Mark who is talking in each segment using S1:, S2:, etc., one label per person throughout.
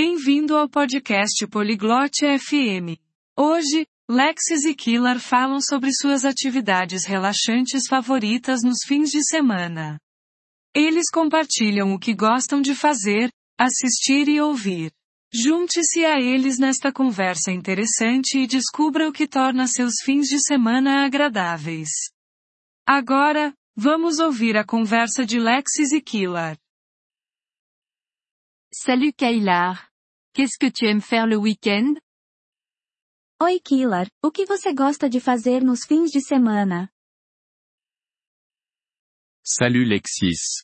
S1: Bem-vindo ao podcast Poliglote FM. Hoje, Lexis e Killer falam sobre suas atividades relaxantes favoritas nos fins de semana. Eles compartilham o que gostam de fazer, assistir e ouvir. Junte-se a eles nesta conversa interessante e descubra o que torna seus fins de semana agradáveis. Agora, vamos ouvir a conversa de Lexis e Killer.
S2: Salut Kailar. Qu'est-ce que tu aimes faire le week-end?
S3: Oi Killer, o que você gosta de fazer nos fins de semana?
S4: Salut Lexis.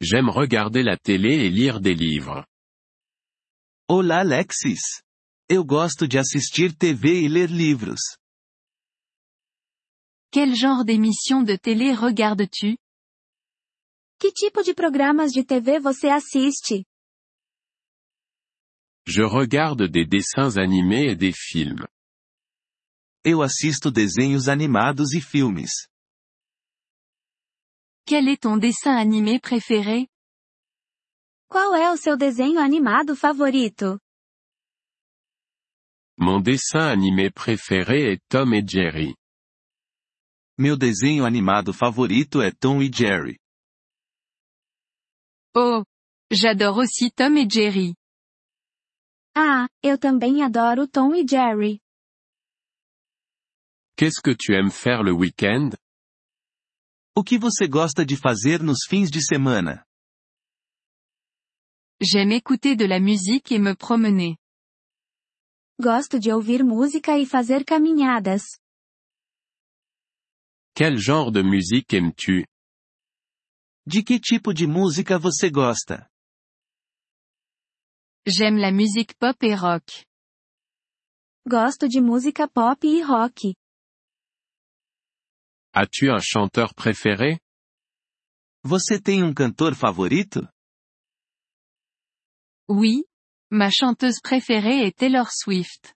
S4: J'aime regarder la télé et lire des livres.
S5: Olá, Alexis. Eu gosto de assistir TV e ler livros.
S2: Quel genre d'émission de télé regardes-tu?
S3: Que tipo de programas de TV você assiste?
S4: Je regarde des dessins animés et des films.
S5: Eu assisto desenhos animados e filmes.
S2: Quel est ton dessin animé préféré?
S3: Qual é o seu desenho animado favorito?
S4: Mon dessin animé préféré est Tom et Jerry.
S5: Meu desenho animado favorito é Tom e Jerry.
S2: Oh, j'adore aussi Tom et Jerry.
S3: Ah, eu também adoro Tom e Jerry.
S4: Qu'est-ce que tu aimes faire le week-end?
S5: O que você gosta de fazer nos fins de semana?
S2: J'aime écouter de la musique et me promener.
S3: Gosto de ouvir música e fazer caminhadas.
S4: Quel genre de musique aimes-tu?
S5: De que tipo de música você gosta?
S2: J'aime la musique pop et rock.
S3: Gosto de música pop e rock.
S4: As-tu un chanteur préféré?
S5: Você tem um cantor favorito?
S2: Oui, ma chanteuse préférée est Taylor Swift.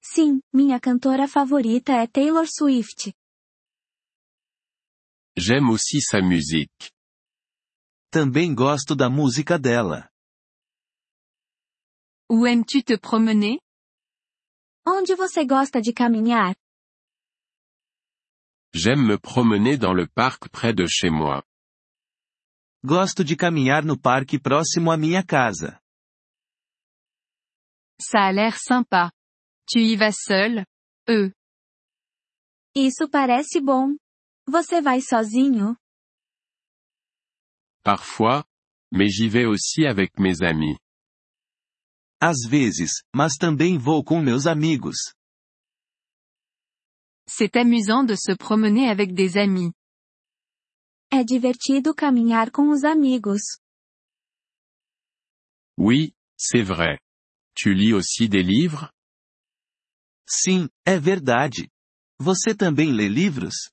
S3: Sim, minha cantora favorita é Taylor Swift.
S4: J'aime aussi sa musique.
S5: Também gosto da música dela.
S2: Où aimes-tu te promener?
S3: Onde você gosta de caminhar?
S4: J'aime me promener dans le parc près de chez moi.
S5: Gosto de caminhar no parque próximo à minha casa.
S2: Ça a l'air sympa. Tu y vas seul? Euh,
S3: Isso parece bom. Você vai sozinho?
S4: Parfois, mais j'y vais aussi avec mes amis.
S5: Às vezes, mas também vou com meus amigos.
S2: c'est amusant de se promener avec des amis.
S3: É divertido caminhar com os amigos.
S4: Oui, c'est vrai. Tu lis aussi des livres?
S5: Sim, é verdade. Você também lê livros?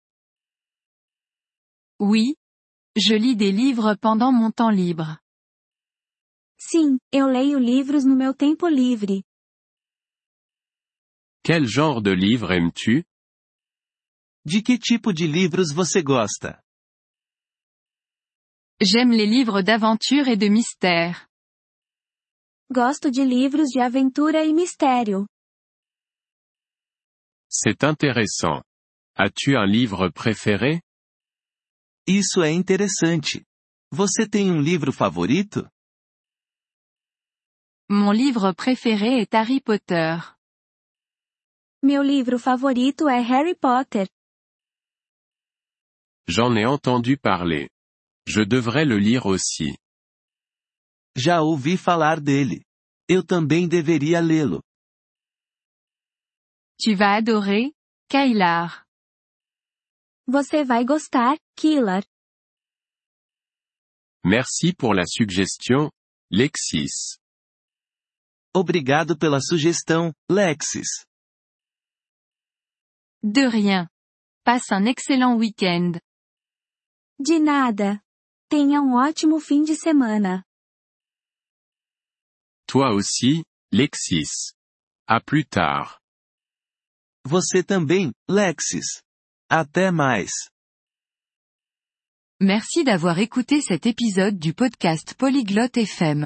S2: Oui. Je lis des livres pendant mon temps libre.
S3: Sim, eu leio livros no meu tempo livre.
S4: Quel genre de livre aimes-tu?
S5: De que tipo de livros você gosta?
S2: J'aime les livres d'aventure et de mystère.
S3: Gosto de livros de aventura e mistério.
S4: C'est intéressant. As-tu un livre préféré?
S5: Isso é interessante. Você tem um livro favorito?
S2: Mon livre préféré est Harry Potter.
S3: Meu livro favorito é Harry Potter.
S4: J'en ai entendu parler. Je devrais le lire aussi.
S5: Já ouvi falar dele. Eu também deveria lê-lo.
S2: Tu vas adorer, Kailar.
S3: Você vai gostar, Killer.
S4: Merci pour la suggestion, Lexis.
S5: Obrigado pela sugestão, Lexis.
S2: De rien. Passe un excellent week-end.
S3: De nada. Tenha um ótimo fim de semana.
S4: Toi aussi, Lexis. À plus tard.
S5: Você também, Lexis. Até mais.
S2: Merci d'avoir écouté cet épisode du podcast Polyglotte FM.